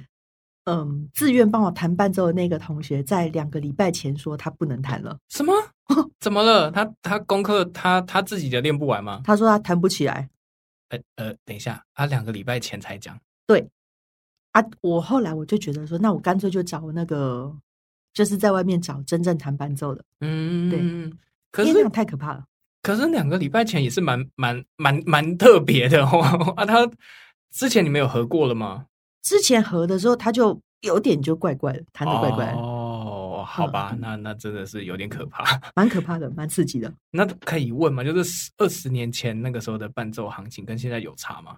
Speaker 2: 嗯，自愿帮我弹伴奏的那个同学，在两个礼拜前说他不能弹了。
Speaker 1: 什么？
Speaker 2: 哦
Speaker 1: 怎么了？他他功课他他自己的练不完吗？
Speaker 2: 他说他弹不起来
Speaker 1: 呃呃，等一下，他两个礼拜前才讲。
Speaker 2: 啊。我后来我就觉得说，那我干脆就找那个，就是在外面找真正弹伴奏的，
Speaker 1: 嗯，
Speaker 2: 对。
Speaker 1: 可
Speaker 2: 因
Speaker 1: 是
Speaker 2: 为那样太可怕了。
Speaker 1: 可是两个礼拜前也是蛮蛮蛮蛮特别的哦。 啊，他之前你们有合过了吗？
Speaker 2: 之前合的时候，他就有点就怪怪的，弹的怪怪的，
Speaker 1: 哦，好吧，
Speaker 2: 嗯
Speaker 1: 那那真的是有点可怕。
Speaker 2: 蛮可怕的，蛮刺激的。
Speaker 1: 那可以问吗？就是二十年前那个时候的伴奏行情跟现在有差吗？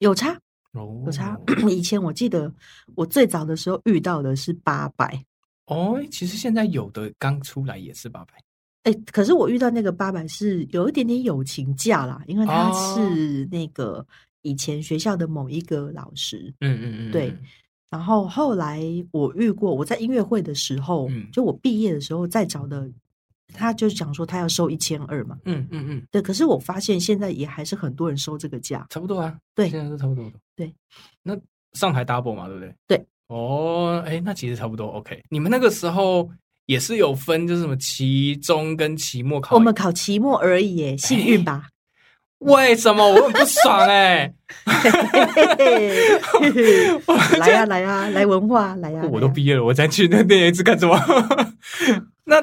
Speaker 2: 有差
Speaker 1: 哦
Speaker 2: 有差， 以前我记得我最早的时候遇到的是八百，
Speaker 1: 哦，其实现在有的刚出来也是八百。
Speaker 2: 哎，可是我遇到那个八百是有一点点友情价啦，因为他
Speaker 1: 哦
Speaker 2: 是那个以前学校的某一个老师，
Speaker 1: 嗯嗯嗯，
Speaker 2: 对然后后来我遇过，我在音乐会的时候，
Speaker 1: 嗯
Speaker 2: 就我毕业的时候再找的，他就讲说他要收一千二嘛。
Speaker 1: 嗯嗯嗯，
Speaker 2: 对，可是我发现现在也还是很多人收这个价。
Speaker 1: 差不多啊，
Speaker 2: 对
Speaker 1: 现在是差不多的。
Speaker 2: 对，
Speaker 1: 那上台 double 嘛，对不对？
Speaker 2: 对。
Speaker 1: 哦，哎，那其实差不多 OK。你们那个时候也是有分，就是什么期中跟期末考。
Speaker 2: 我们考期末而已耶，幸 运吧？
Speaker 1: 为什么我很不爽 哎、
Speaker 2: 嘿嘿嘿嘿
Speaker 1: 我
Speaker 2: 来呀、来呀、来文化来呀、
Speaker 1: 我
Speaker 2: 来
Speaker 1: 都
Speaker 2: 呀
Speaker 1: 毕业了，我再去那那一次干什么？ 那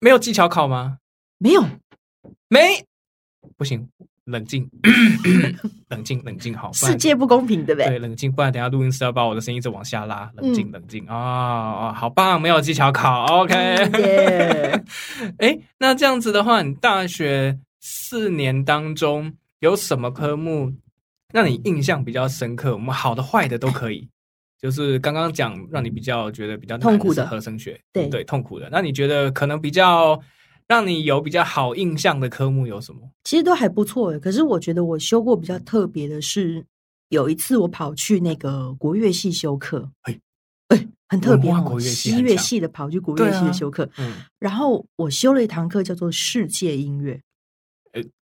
Speaker 1: 没有技巧考吗？
Speaker 2: 没有
Speaker 1: 没，不行，冷静， 冷静，冷静，好，不然
Speaker 2: 世界不公平，对不
Speaker 1: 对，
Speaker 2: 对？
Speaker 1: 冷静，不然等一下录音师要把我的声音一直往下拉。冷静，冷静啊、啊好棒，没有技巧考，OK。
Speaker 2: 嗯耶
Speaker 1: 哎，那这样子的话，你大学四年当中有什么科目让你印象比较深刻？我们好的、坏的都可以。就是刚刚讲让你比较觉得比较难
Speaker 2: 痛苦
Speaker 1: 是
Speaker 2: 的
Speaker 1: 合声学，嗯
Speaker 2: 对
Speaker 1: 对，痛苦的。那你觉得可能比较让你有比较好印象的科目有什么？
Speaker 2: 其实都还不错耶，可是我觉得我修过比较特别的是，有一次我跑去那个国乐系修课，
Speaker 1: 嘿
Speaker 2: 哎很特别
Speaker 1: 文化
Speaker 2: 哦，
Speaker 1: 国乐系
Speaker 2: 西
Speaker 1: 很
Speaker 2: 乐
Speaker 1: 强
Speaker 2: 系的跑去国
Speaker 1: 对
Speaker 2: 乐系
Speaker 1: 啊
Speaker 2: 的修课，
Speaker 1: 嗯，
Speaker 2: 然后我修了一堂课叫做世界音乐，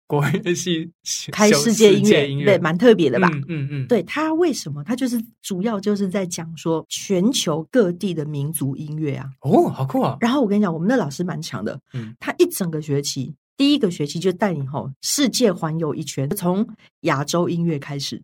Speaker 1: 国乐系
Speaker 2: 开
Speaker 1: 修
Speaker 2: 世界音乐，
Speaker 1: 音乐
Speaker 2: 对，蛮特别的吧？
Speaker 1: 嗯嗯嗯，
Speaker 2: 对它为什么？它就是主要就是在讲说全球各地的民族音乐啊。
Speaker 1: 哦，好酷啊！
Speaker 2: 然后我跟你讲，我们的老师蛮强的，
Speaker 1: 嗯
Speaker 2: 他一整个学期，第一个学期就带你吼世界环游一圈，从亚洲音乐开始，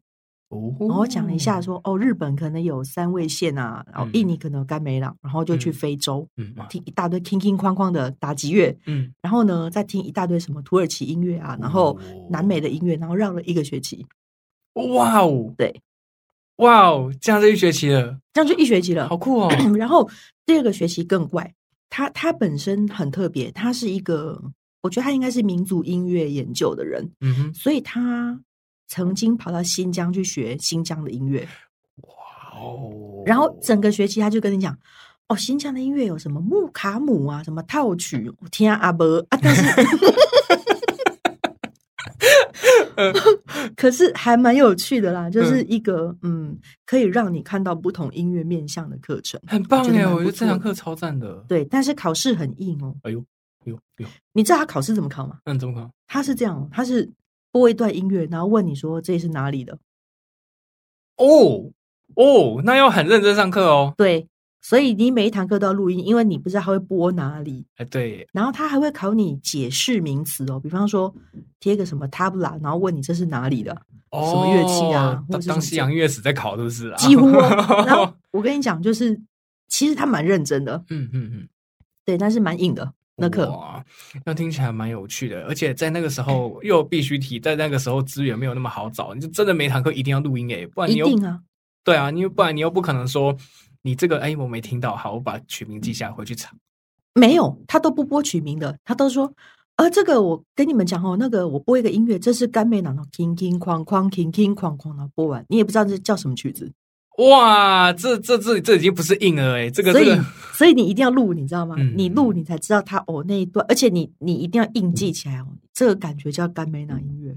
Speaker 1: 哦，
Speaker 2: 然后讲了一下说，哦，日本可能有三味线啊，然后
Speaker 1: 嗯
Speaker 2: 印尼可能有甘美朗，然后就去
Speaker 1: 嗯
Speaker 2: 非洲。
Speaker 1: 嗯啊
Speaker 2: 听一大堆叮叮哐哐的打击乐，
Speaker 1: 嗯，
Speaker 2: 然后呢，再听一大堆什么土耳其音乐啊，然后南美
Speaker 1: 哦
Speaker 2: 的音乐，然后绕了一个学期，
Speaker 1: 哇哦，
Speaker 2: 对，
Speaker 1: 哇哦，这样就一学期了，
Speaker 2: 这样就一学期了
Speaker 1: 好。酷 哦！
Speaker 2: 然后第二个学期更怪，他他本身很特别，他是一个，我觉得他应该是民族音乐研究的人，
Speaker 1: 嗯哼，
Speaker 2: 所以他曾经跑到新疆去学新疆的音乐，
Speaker 1: 哇哦，哦
Speaker 2: 然后整个学期他就跟你讲。哦，新疆的音乐有什么木卡姆啊，什么套曲，我听阿伯啊，但是 可是还蛮有趣的啦，就是一个嗯，可以让你看到不同音乐面向的课程。
Speaker 1: 很棒
Speaker 2: 我觉得
Speaker 1: 哎，
Speaker 2: 蛮
Speaker 1: 我觉得
Speaker 2: 不
Speaker 1: 这
Speaker 2: 错
Speaker 1: 堂
Speaker 2: 的
Speaker 1: 课超赞的。
Speaker 2: 对，但是考试很硬哦。
Speaker 1: 哎呦呦呦，
Speaker 2: 你知道他考试怎么考吗？
Speaker 1: 那你怎么考？
Speaker 2: 他是这样哦，他是播一段音乐，然后问你说这是哪里的。
Speaker 1: 哦哦，那要很认真上课哦。
Speaker 2: 对，所以你每一堂课都要录音，因为你不知道他会播哪里。
Speaker 1: 哎，对，
Speaker 2: 然后他还会考你解释名词哦，比方说贴个什么 tabla，然后问你这是哪里的，
Speaker 1: 哦，
Speaker 2: 什么乐器啊或
Speaker 1: 当
Speaker 2: 者是
Speaker 1: 当
Speaker 2: 什么
Speaker 1: 西洋乐史在考，是不是啊？
Speaker 2: 几乎、哦。然后我跟你讲，就是其实他蛮认真的，
Speaker 1: 嗯嗯嗯，
Speaker 2: 对，但是蛮硬的那课。
Speaker 1: 哇，那听起来蛮有趣的，而且在那个时候
Speaker 2: 嗯
Speaker 1: 又必须提，在那个时候资源没有那么好找，你就真的每堂课一定要录音诶，不然你
Speaker 2: 一
Speaker 1: 又
Speaker 2: 定啊，
Speaker 1: 对啊，你又不然你又不可能说你这个哎我没听到，好，我把曲名记下来回去查。
Speaker 2: 没有，他都不播曲名的，他都说，呃，这个我跟你们讲哦，那个我播一个音乐，这是干妹囊的哐哐哐哐哐哐哐哐，然后播完，你也不知道这叫什么曲子，
Speaker 1: 哇，这这这这已经不是硬了哎，这个
Speaker 2: 所
Speaker 1: 这
Speaker 2: 以
Speaker 1: 个
Speaker 2: 所以你一定要录，你知道吗？
Speaker 1: 嗯
Speaker 2: 你录你才知道他哦那一段，而且你你一定要硬记起来哦，这个感觉叫干妹囊音乐。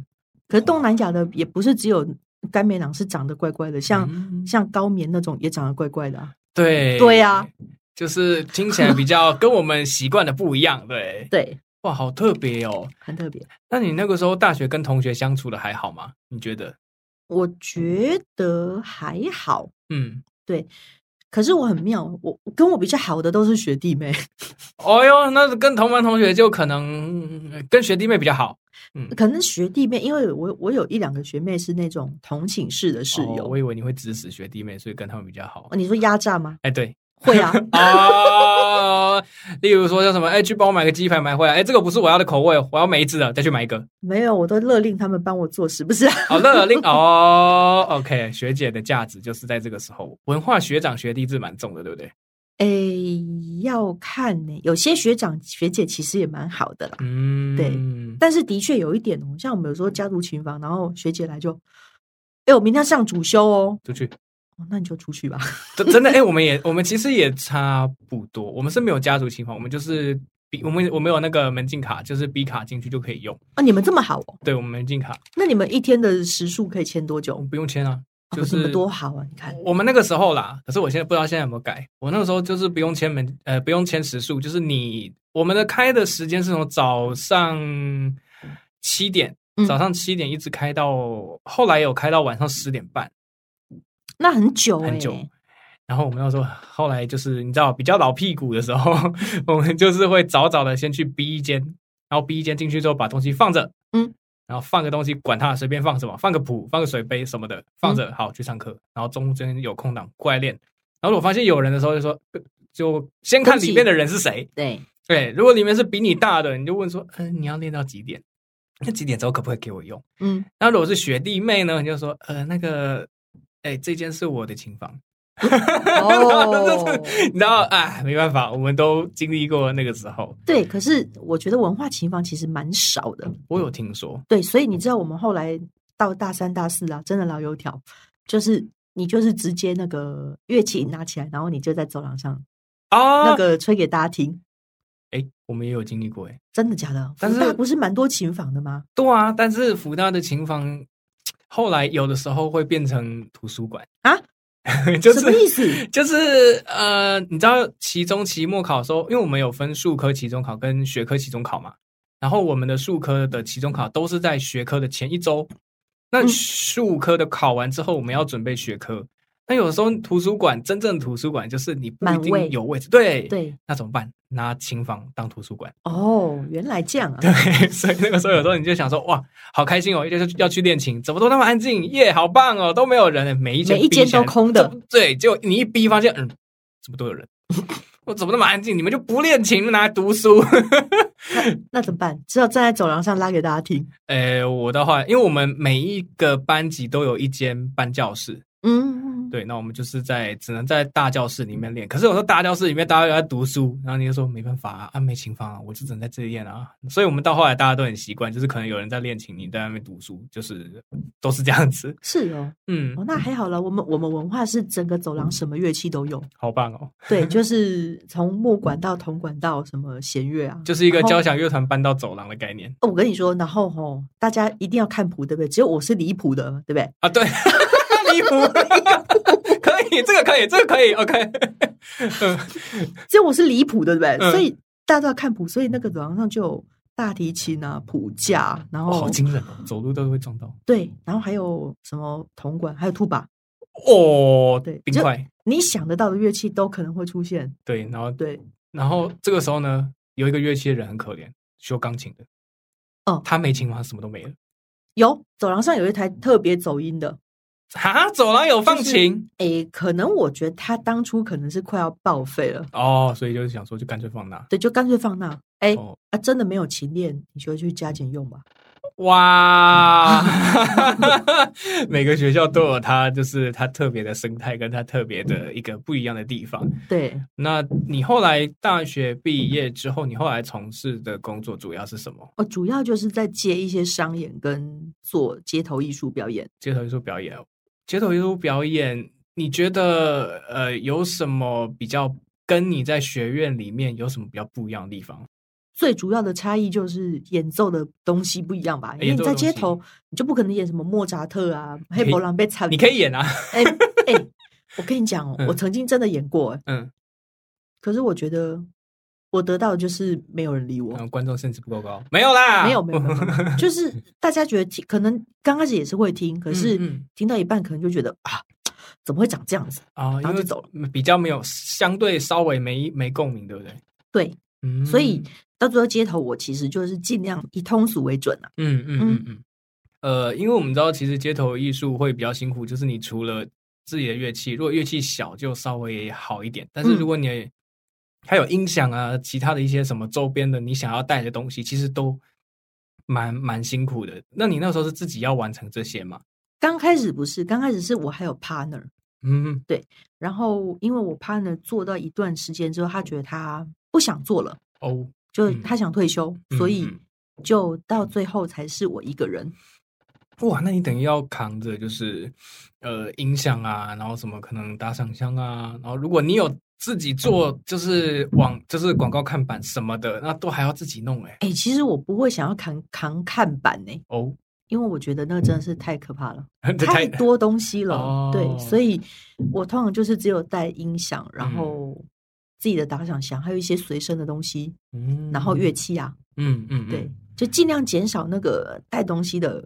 Speaker 2: 可是东南亚的也不是只有干妹囊是长得怪怪的，像、
Speaker 1: 嗯
Speaker 2: 像高棉那种也长得怪怪的、啊，
Speaker 1: 对
Speaker 2: 对啊，
Speaker 1: 就是听起来比较跟我们习惯的不一样，对，
Speaker 2: 对，
Speaker 1: 哇，好特别哦。
Speaker 2: 很特别。
Speaker 1: 那你那个时候大学跟同学相处的还好吗？你觉得？
Speaker 2: 我觉得还好，
Speaker 1: 嗯，
Speaker 2: 可是我很妙，我我跟我比较好的都是学弟妹，
Speaker 1: 哦哟，那跟同班同学就可能呃跟学弟妹比较好，
Speaker 2: 可能学弟妹，因为我我有一两个学妹是那种同寝室的室
Speaker 1: 哦
Speaker 2: 友。
Speaker 1: 我以为你会指使学弟妹，所以跟他们比较好
Speaker 2: 哦。你说压榨吗？
Speaker 1: 哎，对，
Speaker 2: 会 啊，
Speaker 1: 哦，例如说像什么，哎，去帮我买个鸡排买回来，哎，这个不是我要的口味，我要梅子的，再去买一个。
Speaker 2: 没有，我都勒令他们帮我做事，不是、啊？
Speaker 1: 好乐令哦，OK，学姐的价值就是在这个时候，文化学长学弟制蛮重的，对不对？
Speaker 2: 哎，要看呢、有些学长学姐其实也蛮好的啦，
Speaker 1: 嗯，
Speaker 2: 对但是的确有一点哦，像我们有时候家族群房，然后学姐来就，哎，我明天要上主修哦，
Speaker 1: 出去，
Speaker 2: 哦那你就出去吧。
Speaker 1: 真真的哎、我们也我 们其实也差不多，我们是没有家族情况，我们就是。B，我们我们有那个门禁卡，就是 B 卡进去就可以用。
Speaker 2: 啊，你们这么好哦，
Speaker 1: 对我们门禁卡，
Speaker 2: 那你们一天的时数可以签多
Speaker 1: 我
Speaker 2: 久？
Speaker 1: 们不用签啊，就
Speaker 2: 哦、你
Speaker 1: 是
Speaker 2: 们多好啊！你看，
Speaker 1: 我们那个时候啦，可是我现在不知道现在有没有改。我那个时候就是不用签门，呃，不用签时数，就是你我们的开的时间是从早上七点，
Speaker 2: 嗯
Speaker 1: 早上七点一直开到、后来有开到晚上十点半，
Speaker 2: 那很久、欸，
Speaker 1: 很久。然后我们那时候后来就是你知道比较老屁股的时候， 我们就是会早早的先去 B 间，然后 B 间进去之后把东西放着，
Speaker 2: 嗯，
Speaker 1: 然后放个东西管它随便放什么，放个谱，放个水杯什么的，放着、好去上课，然后中间有空档过来练。然后我发现有人的时候就说，呃就先看里面的人是谁，
Speaker 2: 对，
Speaker 1: 对，如果里面是比你大的，你就问说，嗯、你要练到几点？那几点之后可不可以给我用？
Speaker 2: 嗯，
Speaker 1: 那如果是学弟妹呢，你就说，呃，那个，哎、这间是我的琴房。
Speaker 2: 哦，
Speaker 1: 你知道，哎，没办法，我们都经历过那个时候。
Speaker 2: 对，可是我觉得文化琴房其实蛮少的，
Speaker 1: 我有听说，
Speaker 2: 对，所以你知道我们后来到大三、大四啊，真的老油条，就是你就是直接那个乐器拿起来，然后你就在走廊上、
Speaker 1: 啊，
Speaker 2: 那，个吹给大家听，
Speaker 1: 哎，我们也有经历过，哎，
Speaker 2: 真的假的？
Speaker 1: 但
Speaker 2: 福大
Speaker 1: 是
Speaker 2: 不是蛮多琴房的吗？
Speaker 1: 对啊，但是福大的琴房后来有的时候会变成图书馆
Speaker 2: 啊，
Speaker 1: 就
Speaker 2: 什么意
Speaker 1: 是。
Speaker 2: 思？
Speaker 1: 就是呃，你知道期中、期末考的时候，因为我们有分数科期中考跟学科期中考嘛，然后我们的数科的期中考都是在学科的前一周。那
Speaker 2: 嗯
Speaker 1: 数科的考完之后，我们要准备学科。那有时候图书馆真正的图书馆就是你不一
Speaker 2: 满
Speaker 1: 定
Speaker 2: 位
Speaker 1: 有位置，对，
Speaker 2: 对，
Speaker 1: 那怎么办？拿琴房当图书馆。
Speaker 2: 哦，原来这样啊，
Speaker 1: 对，所以那个时候有时候你就想说，哇，好开心哦，要去要去练琴，怎么都那么安静，耶，好棒哦，都没有人，每一间
Speaker 2: 每一间
Speaker 1: 逼起来
Speaker 2: 都空的，
Speaker 1: 对，结果你一逼发现，嗯，怎么都有人， 我怎么那么安静？你们就不练琴，拿来读书。
Speaker 2: 那怎么办？只有站在走廊上拉给大家听。
Speaker 1: 呃，我的话，因为我们每一个班级都有一间班教室，
Speaker 2: 嗯，嗯，
Speaker 1: 对，那我们就是在只能在大教室里面练。可是我说大教室里面大家都在读书，然后你就说没办法啊，啊没琴房啊，我就只能在这里练啊。所以我们到后来大家都很习惯，就是可能有人在练琴，你在那边读书，就是都是这样子。
Speaker 2: 是哦，
Speaker 1: 嗯，
Speaker 2: 哦，那还好了。我们我们文化是整个走廊什么乐器都有，
Speaker 1: 好棒哦，
Speaker 2: 对，就是从木管到铜管到什么弦乐 啊。
Speaker 1: 就是一个
Speaker 2: 然后
Speaker 1: 交响乐团搬到走廊的概念
Speaker 2: 哦我跟你说，然后吼，大家一定要看谱，对不对？只有我是离谱的，对不对？
Speaker 1: 啊。对， 离谱，可以，这个 可以，这个可以，OK。嗯
Speaker 2: 只有我是离谱的，对不对？
Speaker 1: 嗯
Speaker 2: 所以大家都要看谱，所以那个走廊上就有大提琴啊、谱架，然
Speaker 1: 哦，
Speaker 2: 后、
Speaker 1: 好惊人哦，走路都会撞到
Speaker 2: 对，然后还有什么铜管，还有兔把，
Speaker 1: 哦，
Speaker 2: 对
Speaker 1: 冰
Speaker 2: 就
Speaker 1: 块，
Speaker 2: 你想得到的乐器都可能会出现。
Speaker 1: 对，然后
Speaker 2: 对，
Speaker 1: 然后这个时候呢，有一个乐器的人很可怜，修钢琴的，
Speaker 2: 哦
Speaker 1: 他没琴房，什么都没了。
Speaker 2: 有走廊上有一台特别走音的，
Speaker 1: 哈，走廊有放琴、
Speaker 2: 诶，可能我觉得他当初可能是快要报废了，
Speaker 1: 哦，所以就是想说，就干脆放那。
Speaker 2: 对，就干脆放那。诶，
Speaker 1: 哦，
Speaker 2: 啊，真的没有琴练，你就去加减用吧。
Speaker 1: 哇， 每个学校都有它，就是它特别的生态，跟它特别的一个不一样的地方。
Speaker 2: 对，
Speaker 1: 那你后来大学毕业之后，你后来从事的工作主要是什么？
Speaker 2: 我哦主要就是在接一些商演跟做街头艺术表演。
Speaker 1: 街头艺术表演哦，街头艺术表演，你觉得呃有什么比较跟你在学院里面有什么比较不一样的地方？
Speaker 2: 最主要的差异就是演奏的东西不一样吧，因为
Speaker 1: 呃演
Speaker 2: 你
Speaker 1: 奏的
Speaker 2: 在街
Speaker 1: 东西
Speaker 2: 头，你就不可能演什么莫扎特啊、
Speaker 1: 以
Speaker 2: 黑伯朗被惨。
Speaker 1: 你可以演 啊，
Speaker 2: 哎哎、我跟你讲哦，
Speaker 1: 嗯
Speaker 2: 我曾经真的演过、哎
Speaker 1: 嗯，
Speaker 2: 可是我觉得我得到的就是没有人理我
Speaker 1: 然，后嗯观众甚至不够高，没有啦，
Speaker 2: 没有没 有，没有没有就是大家觉得听，可能刚开始也是会听，可是
Speaker 1: 啊嗯
Speaker 2: 听到一半可能就觉得啊，怎么会长这样子？
Speaker 1: 啊，因
Speaker 2: 然后
Speaker 1: 为
Speaker 2: 就走
Speaker 1: 比较没有相对稍微没没共鸣，对不对？
Speaker 2: 对，
Speaker 1: 嗯，
Speaker 2: 所以到最后街头，我其实就是尽量以通俗为准啊。
Speaker 1: 嗯嗯嗯嗯，呃，因为我们知道，其实街头艺术会比较辛苦，就是你除了自己的乐器，如果乐器小就稍微好一点，但是
Speaker 2: 嗯
Speaker 1: 如果你也、还有音响啊，其他的一些什么周边的，你想要带的东西，其实都蛮蛮辛苦的。那你那时候是自己要完成这些吗？
Speaker 2: 刚开始不是，刚开始是我还有 partner，
Speaker 1: 嗯，
Speaker 2: 然后因为我 partner 做到一段时间之后，他觉得他不想做了，
Speaker 1: 哦，
Speaker 2: 就
Speaker 1: 嗯
Speaker 2: 他想退休，
Speaker 1: 嗯
Speaker 2: 所以
Speaker 1: 嗯
Speaker 2: 就到最后才是我一个人。
Speaker 1: 哇，那你等于要扛着就是呃音响啊，然后什么可能打赏箱啊，然后如果你有自己做就是网就是广告看板什么的，那都还要自己弄哎、
Speaker 2: 哎、其实我不会想要扛扛看板呢、
Speaker 1: 哦，
Speaker 2: 因为我觉得那真的是太可怕了，
Speaker 1: 这
Speaker 2: 太多东西了。
Speaker 1: 哦
Speaker 2: 对，所以我通常就是只有带音响，然
Speaker 1: 嗯
Speaker 2: 后自己的打赏箱，还有一些随身的东西，
Speaker 1: 嗯
Speaker 2: 然后乐器啊，
Speaker 1: 嗯嗯嗯
Speaker 2: 对，就尽量减少那个带东西的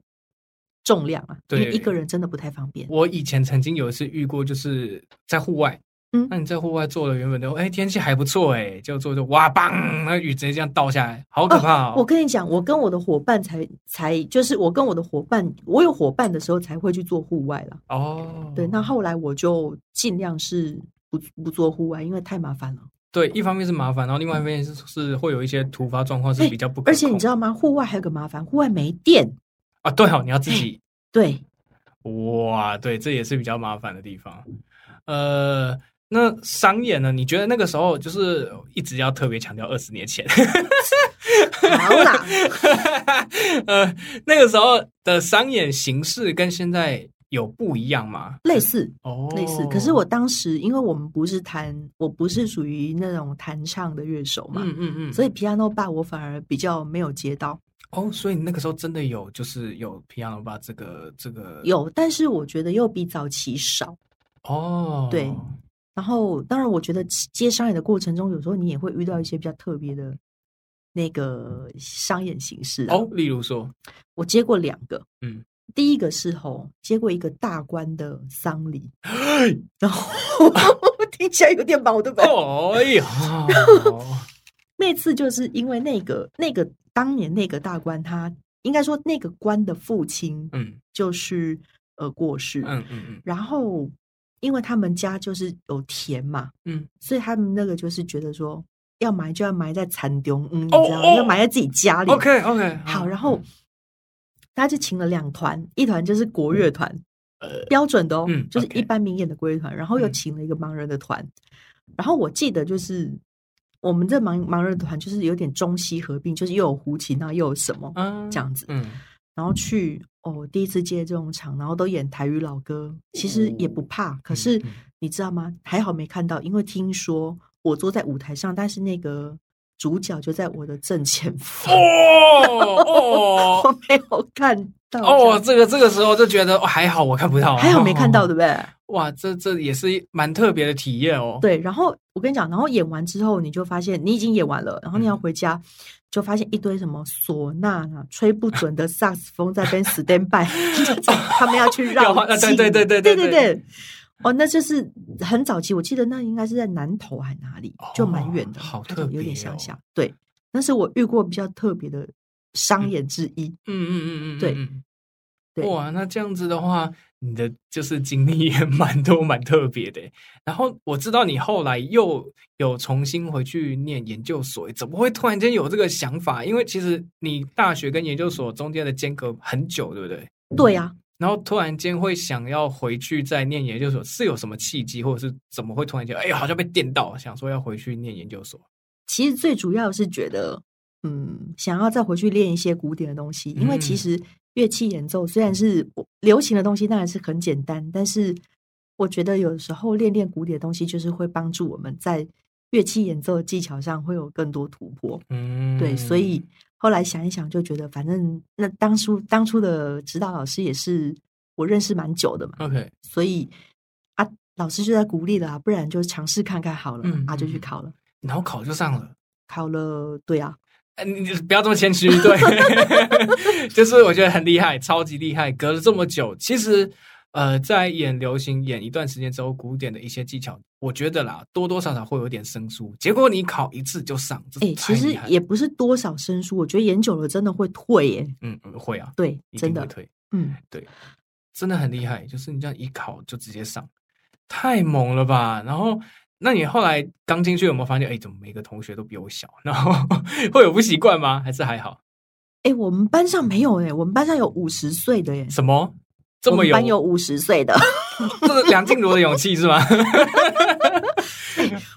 Speaker 2: 重量啊，因为
Speaker 1: 对
Speaker 2: 一个人真的不太方便。
Speaker 1: 我以前曾经有一次遇过，就是在户外，
Speaker 2: 嗯
Speaker 1: 那你在户外做了原本的，哎，天气还不错，哎，就做就哇棒，那雨直接这样倒下来，好可怕哦！
Speaker 2: 我跟你讲，我跟我的伙伴才才就是我跟我的伙伴，我有伙伴的时候才会去做户外啦。
Speaker 1: 哦，
Speaker 2: 对，那后来我就尽量是不不做户外，因为太麻烦了。
Speaker 1: 对，一方面是麻烦，然后另外一方面是是会有一些突发状况是比较不可控，
Speaker 2: 而且你知道吗？户外还有个麻烦，户外没电。
Speaker 1: 啊，对哦，你要自
Speaker 2: 嗯
Speaker 1: 己
Speaker 2: 对，
Speaker 1: 哇，对，这也是比较麻烦的地方。呃，那商演呢？你觉得那个时候就是一直要特别强调二十年前，
Speaker 2: 好啦，
Speaker 1: 呃，那个时候的商演形式跟现在有不一样吗？
Speaker 2: 类似
Speaker 1: 哦，
Speaker 2: 类似。可是我当时，因为我们不是弹，我不是属于那种弹唱的乐手嘛，
Speaker 1: 嗯嗯嗯，
Speaker 2: 所
Speaker 1: 以
Speaker 2: 以 piano bar 我反而比较没有接到。
Speaker 1: 哦，所以你那个时候真的有就是有 piano bar 这个这个
Speaker 2: 有，但是我觉得又比早期少。
Speaker 1: 哦，
Speaker 2: 对然后，当然，我觉得接商演的过程中，有时候你也会遇到一些比较特别的那个商演形式、啊。
Speaker 1: 哦，，例如说，
Speaker 2: 我接过两个，
Speaker 1: 嗯，
Speaker 2: 第一个是吼接过一个大官的丧礼， 然后 听起来有点毛，对不对？
Speaker 1: 哎哦哎呀，
Speaker 2: 那次就是因为那个那个当年那个大官他应该说那个官的父亲
Speaker 1: 嗯
Speaker 2: 就是、呃过世，
Speaker 1: 嗯嗯嗯
Speaker 2: 然后因为他们家就是有田嘛，
Speaker 1: 嗯，
Speaker 2: 所以他们那个就是觉得说要埋就要埋在残中，嗯，你
Speaker 1: 哦
Speaker 2: 知道吗？
Speaker 1: 哦啊嗯
Speaker 2: 要埋在自己家里。
Speaker 1: ，OK OK，
Speaker 2: 好，然后他就请了两团，一团就是国乐团，标准的哦，
Speaker 1: 嗯
Speaker 2: 就是
Speaker 1: OK
Speaker 2: 一般民演的国乐团，然后又
Speaker 1: 嗯
Speaker 2: 请了一个盲人的团，然后我记得就是我们这盲盲人团就是有点中西合并，就是又有胡琴啊，又有什么，
Speaker 1: 嗯
Speaker 2: 这样子
Speaker 1: 嗯，
Speaker 2: 然后去哦，第一次接这种场，然后都演台语老歌，其实也不怕，可是
Speaker 1: 嗯
Speaker 2: 你知道吗？还好没看到，因为听说我坐在舞台上，但是那个主角就在我的正前方，
Speaker 1: 哦
Speaker 2: 我没有看到
Speaker 1: 哦 哦，这
Speaker 2: 这样
Speaker 1: 个这个时候就觉得哦还好我看不到，
Speaker 2: 还好没看到，对
Speaker 1: 的。
Speaker 2: 不对？
Speaker 1: 哇，这这也是蛮特别的体验哦。，
Speaker 2: 对，然后我跟你讲，然后演完之后，你就发现你已经演完了，然后你要
Speaker 1: 嗯
Speaker 2: 回家，就发现一堆什么唢呐啊，吹不准的萨克斯风在边 stand by，他 们要去
Speaker 1: 哦要
Speaker 2: 绕
Speaker 1: 换啊对
Speaker 2: 境
Speaker 1: 对对对
Speaker 2: 对
Speaker 1: 对
Speaker 2: 对
Speaker 1: 对
Speaker 2: 哦，那就是很早期，我记得那应该是在南头还哪里，就蛮远的，
Speaker 1: 哦好
Speaker 2: 那
Speaker 1: 特
Speaker 2: 种
Speaker 1: 别
Speaker 2: 有点乡
Speaker 1: 哦
Speaker 2: 下。对，那是我遇过比较特别的商演之一。
Speaker 1: 嗯嗯嗯嗯，
Speaker 2: 对
Speaker 1: 嗯
Speaker 2: 对，
Speaker 1: 哇，那这样子的话，你的就是经历也蛮多蛮特别的。然后我知道你后来又有重新回去念研究所，怎么会突然间有这个想法？因为其实你大学跟研究所中间的间隔很久，对不对？
Speaker 2: 对啊，
Speaker 1: 然后突然间会想要回去再念研究所，是有什么契机，或者是怎么会突然间哎呀好像被电到，想说要回去念研究所？
Speaker 2: 其实最主要是觉得，嗯，想要再回去练一些古典的东西，因为其
Speaker 1: 嗯
Speaker 2: 实乐器演奏虽然是我流行的东西，当然是很简单，但是我觉得有时候练练古典的东西，就是会帮助我们在乐器演奏的技巧上会有更多突破。
Speaker 1: 嗯，
Speaker 2: 对，所以后来想一想，就觉得反正那当初当初的指导老师也是我认识蛮久的嘛，
Speaker 1: OK，
Speaker 2: 所以啊，老师就在鼓励了、啊，不然就尝试看看好了，
Speaker 1: 嗯
Speaker 2: 啊，就去
Speaker 1: 嗯嗯
Speaker 2: 考了，
Speaker 1: 然后考就上了。
Speaker 2: 考了，对啊。
Speaker 1: 哎，你你不要这么谦虚， 对， 就是我觉得很厉害，超级厉害。隔了这么久，其实呃，在演流行演一段时间之后，古典的一些技巧，我觉得啦，多多少少会有点生疏。结果你考一次就上，这
Speaker 2: 哎、
Speaker 1: 嗯太
Speaker 2: 其实
Speaker 1: 厉害了
Speaker 2: 也不是多少生疏，我觉得演久了真的会退耶。
Speaker 1: 嗯嗯会啊，
Speaker 2: 对，
Speaker 1: 一
Speaker 2: 真
Speaker 1: 定会
Speaker 2: 的，
Speaker 1: 退，
Speaker 2: 嗯，
Speaker 1: 对，真的很厉害。就是你这样一考就直接上，太猛了吧？然后。那你后来刚进去有没有发现，哎，怎么每个同学都比我小？ 然后会有不习惯吗？还是还好？
Speaker 2: 哎、我们班上没有哎、我们班上有五十岁的耶，
Speaker 1: 什么 这
Speaker 2: 我
Speaker 1: 么
Speaker 2: 们
Speaker 1: 有
Speaker 2: 班有五十岁的。
Speaker 1: 这是梁静茹的勇气是吗？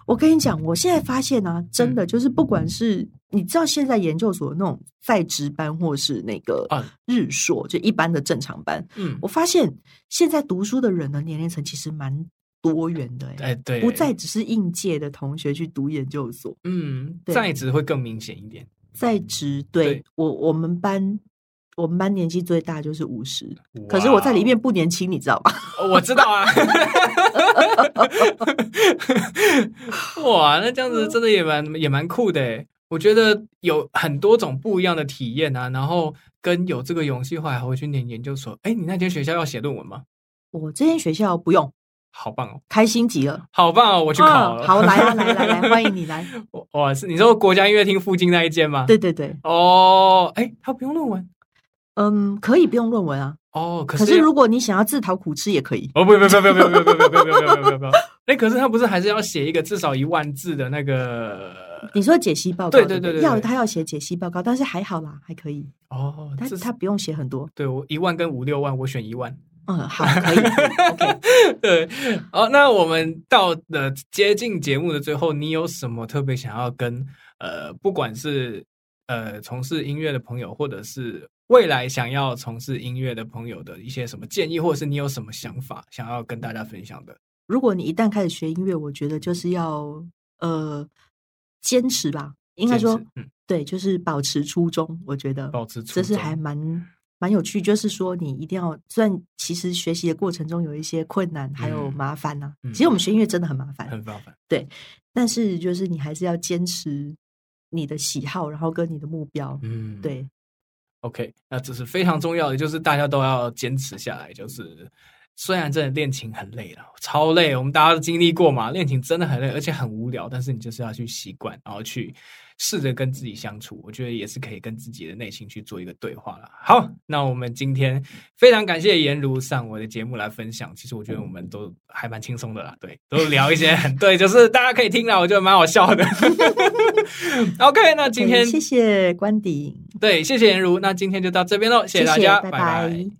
Speaker 2: 我跟你讲，我现在发现啊，真
Speaker 1: 嗯
Speaker 2: 的就是不管是你知道现在研究所那种在职班，或是那个
Speaker 1: 啊
Speaker 2: 日硕，就一般的正常班，
Speaker 1: 嗯，
Speaker 2: 我发现现在读书的人的年龄层其实蛮多元的哎、
Speaker 1: 哎，对，
Speaker 2: 不再，只是应届的同学去读研究所，
Speaker 1: 嗯，
Speaker 2: 对
Speaker 1: 在职会更明显一点。
Speaker 2: 在职对
Speaker 1: 嗯对
Speaker 2: 我我们班，我们班年纪最大就是五十，可是我在里
Speaker 1: 哦
Speaker 2: 面不年轻，你知道吧？
Speaker 1: 哇哦，我知道啊。哇，那这样子真的也蛮也蛮酷的诶。我觉得有很多种不一样的体验啊，然后跟有这个勇气，后来还会去念研究所。哎，你那间学校要写论文吗？
Speaker 2: 我这间学校不用，
Speaker 1: 好棒哦，
Speaker 2: 开心极了。
Speaker 1: 好棒哦，我去考了。
Speaker 2: 啊好来啊，来来来，欢迎你来。
Speaker 1: 我。哇，是你说国家音乐厅附近那一间吗？
Speaker 2: 对。对对，
Speaker 1: 哦，哎，他不用论文
Speaker 2: 嗯，可以不用论文啊，
Speaker 1: 哦，可
Speaker 2: 可
Speaker 1: 是
Speaker 2: 是
Speaker 1: 要
Speaker 2: 如果你想要自讨苦吃也可以。
Speaker 1: 哦，不不不不不不不不不不不不不！哎，可是他不是还是要写一个至少一万字的那个？
Speaker 2: 你说解析报告，
Speaker 1: 对对
Speaker 2: 对
Speaker 1: 对
Speaker 2: 不
Speaker 1: 对
Speaker 2: 要
Speaker 1: 对
Speaker 2: 他要写解析报告，但是还好啦，还可以，
Speaker 1: 哦，
Speaker 2: 他
Speaker 1: 这是
Speaker 2: 他不用写很多。
Speaker 1: 对我一万跟五六万，我选一万。
Speaker 2: 嗯，好，可以 ，OK。
Speaker 1: 对，哦，那我们到了接近节目的最后，你有什么特别想要跟呃，不管是呃从事音乐的朋友，或者是未来想要从事音乐的朋友的一些什么建议，或者是你有什么想法想要跟大家分享的？
Speaker 2: 如果你一旦开始学音乐，我觉得就是要呃坚持吧，应该
Speaker 1: 坚
Speaker 2: 说
Speaker 1: 持嗯，
Speaker 2: 对，就是保持初衷。我觉得
Speaker 1: 保持初
Speaker 2: 这是
Speaker 1: 衷
Speaker 2: 还蛮蛮有趣，就是说你一定要，虽然其实学习的过程中有一些困难还有
Speaker 1: 嗯
Speaker 2: 麻烦呐、
Speaker 1: 嗯
Speaker 2: 其实我们学音乐真的很麻烦，
Speaker 1: 很麻烦。
Speaker 2: 但是就是你还是要坚持你的喜好，然后跟你的目标。
Speaker 1: 嗯，。
Speaker 2: 对，
Speaker 1: OK，那这是非常重要的，就是大家都要坚持下来。就是虽然真的恋情很累了，超累，我们大家都经历过嘛，恋情真的很累，而且很无聊，但是你就是要去习惯，然后去试着跟自己相处。我觉得也是可以跟自己的内心去做一个对话啦。好，那我们今天非常感谢颜如上我的节目来分享。其实我觉得我们都还蛮轻松的啦，对，都聊一些很对，就是大家可以听啦，我觉得蛮好笑的。OK，那今
Speaker 2: OK，
Speaker 1: 天
Speaker 2: 谢谢关鼎，
Speaker 1: 对，谢谢颜如，那今天就到这边喽，谢大家，
Speaker 2: 拜
Speaker 1: 拜拜